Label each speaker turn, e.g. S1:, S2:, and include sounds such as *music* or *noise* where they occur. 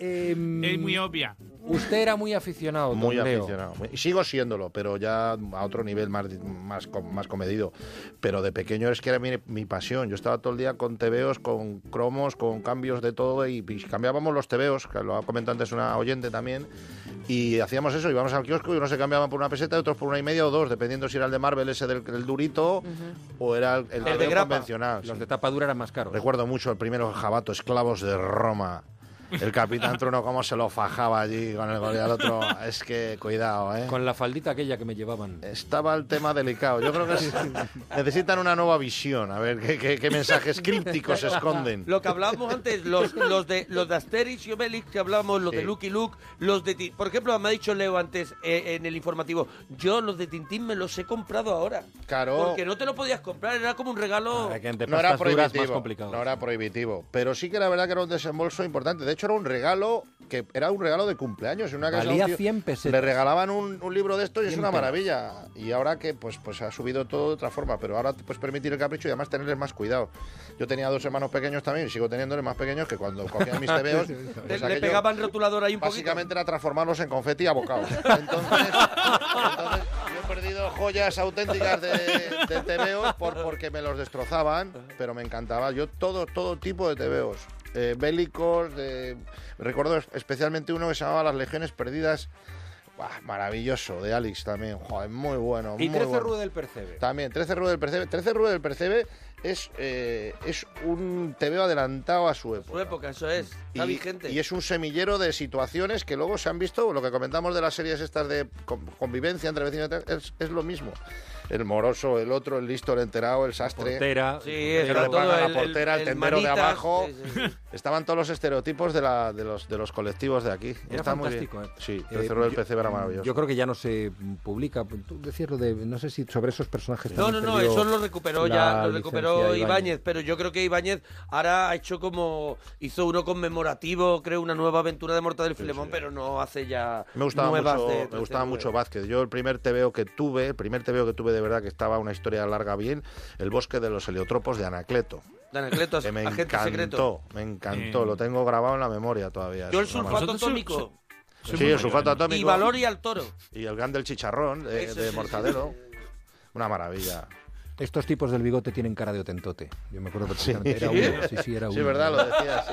S1: É
S2: es muy obvia.
S1: Em, Usted era muy aficionado, don
S3: Muy
S1: Leo.
S3: aficionado. muy- Sigo siéndolo, pero ya a otro nivel más, más, com- más comedido. Pero de pequeño es que era mi, mi pasión. Yo estaba todo el día con tebeos, con cromos, con cambios de todo y, y cambiábamos los tebeos, que lo ha comentado antes una oyente también. Y hacíamos eso, íbamos al kiosco y unos se cambiaban por una peseta y otros por una y media o dos, dependiendo si era el de Marvel, ese del el durito, o era el, el
S1: de
S3: tebeo
S1: grapa.
S3: convencional.
S1: Los
S3: sí.
S1: de tapadura eran más caros.
S3: Recuerdo mucho el primero jabato, esclavos de Roma. El capitán Trueno, cómo se lo fajaba allí con el goleador otro. Es que, cuidado, ¿eh?
S1: Con la faldita aquella que me llevaban.
S3: Estaba el tema delicado. Yo creo que sí- necesitan una nueva visión. A ver qué, qué- qué mensajes crípticos se esconden.
S4: Lo que hablábamos antes, los, los de los de Asterix y Obelix que hablamos, los de
S3: Sí.
S4: Lucky Luke, los de Tin- Por ejemplo, me ha dicho Leo antes eh, en el informativo, yo los de Tintín me los he comprado ahora.
S3: Claro.
S4: Porque no te lo podías comprar, era como un regalo.
S1: Para que de
S3: No era
S1: pastas duras más
S3: prohibitivo.
S1: complicado.
S3: No era prohibitivo. Pero sí que la verdad que era un desembolso importante. De hecho, era un regalo que era un regalo de cumpleaños. En una casa de un
S1: Valía
S3: tío
S1: 100 pesetas.
S3: Le regalaban un, un libro de estos y es
S1: 100
S3: una
S1: pelas.
S3: maravilla. Y ahora que pues, pues ha subido todo de otra forma. Pero ahora pues permitir el capricho y además tenerles más cuidado. Yo tenía dos hermanos pequeños también y sigo teniéndoles más pequeños que cuando cogían
S1: *laughs*
S3: mis tebeos.
S4: Le-
S3: pues
S4: le,
S3: aquello-
S4: pegaban rotulador ahí un poquito.
S3: Básicamente era transformarlos en confeti a bocado. Entonces, entonces yo he perdido joyas auténticas de, de tebeos por, porque me los destrozaban, pero me encantaba. Yo todo, todo tipo de tebeos. eh, bélicos, de- recuerdo es- especialmente uno que se llamaba Las Legiones Perdidas. Buah, maravilloso, de Alex también. Joder, muy bueno.
S1: Y
S3: muy
S1: 13
S3: bueno.
S1: Rue del Percebe.
S3: También, 13 Rue del Percebe. 13 Rue del Percebe es, eh, es un tebeo adelantado a su época.
S4: Su época, eso es. Está vigente.
S3: y es un semillero de situaciones que luego se han visto, lo que comentamos de las series estas de con- convivencia entre vecinos, y tal, es, es lo mismo. El moroso, el otro, el listo, el enterado, el sastre.
S1: Portera.
S4: Sí,
S3: que
S4: está
S3: le
S4: todo
S3: pagan a
S4: el- el-
S3: portera, el
S4: el
S3: tendero de
S4: manitas,
S3: abajo.
S4: sí, sí, sí.
S3: *laughs* Estaban todos los estereotipos de, la- de los, de los colectivos de aquí.
S1: Era
S3: Está muy bien.
S1: fantástico, ¿eh?
S3: Sí,
S1: Eh,
S3: el cerro del
S1: yo-
S3: PC era maravilloso.
S1: Yo creo que ya no se publica. Tú decías lo de. No sé si sobre esos personajes.
S4: No, no,
S1: también
S4: no,
S1: perdió
S4: eso lo recuperó
S1: la
S4: ya, lo
S1: licencia
S4: recuperó
S1: Ibáñez.
S4: Ibáñez, pero yo creo que Ibáñez ahora ha hecho como, hizo uno conmemorativo, creo, una nueva aventura de Mortadelo y Filemón, pero no hace ya
S3: Me gustaba
S4: nuevas
S3: mucho,
S4: de-
S3: me
S4: de-
S3: gustaba
S4: de-
S3: mucho Vázquez. Yo el primer TVO que tuve, el primer TVO que tuve de verdad que estaba una historia larga bien, El bosque de los heliotropos de Anacleto.
S4: de Anacleto,
S3: Que me
S4: agente
S3: encantó,
S4: secreto.
S3: me encantó,
S2: Eh.
S3: lo tengo grabado en la memoria todavía.
S4: Yo el
S3: Es una
S4: sulfato
S2: Vosotros sois-
S4: atómico
S3: maravilla. Sí, el sulfato atómico.
S4: y Valor y al Toro.
S3: Y el gan del chicharrón de,
S4: Eso,
S3: de
S4: sí, sí,
S3: Mortadelo. Una maravilla.
S1: Estos tipos del bigote tienen cara de otentote. Yo me acuerdo perfectamente. Era uno. Sí, sí, era
S3: Sí,
S1: uno.
S3: verdad, lo decía. sí.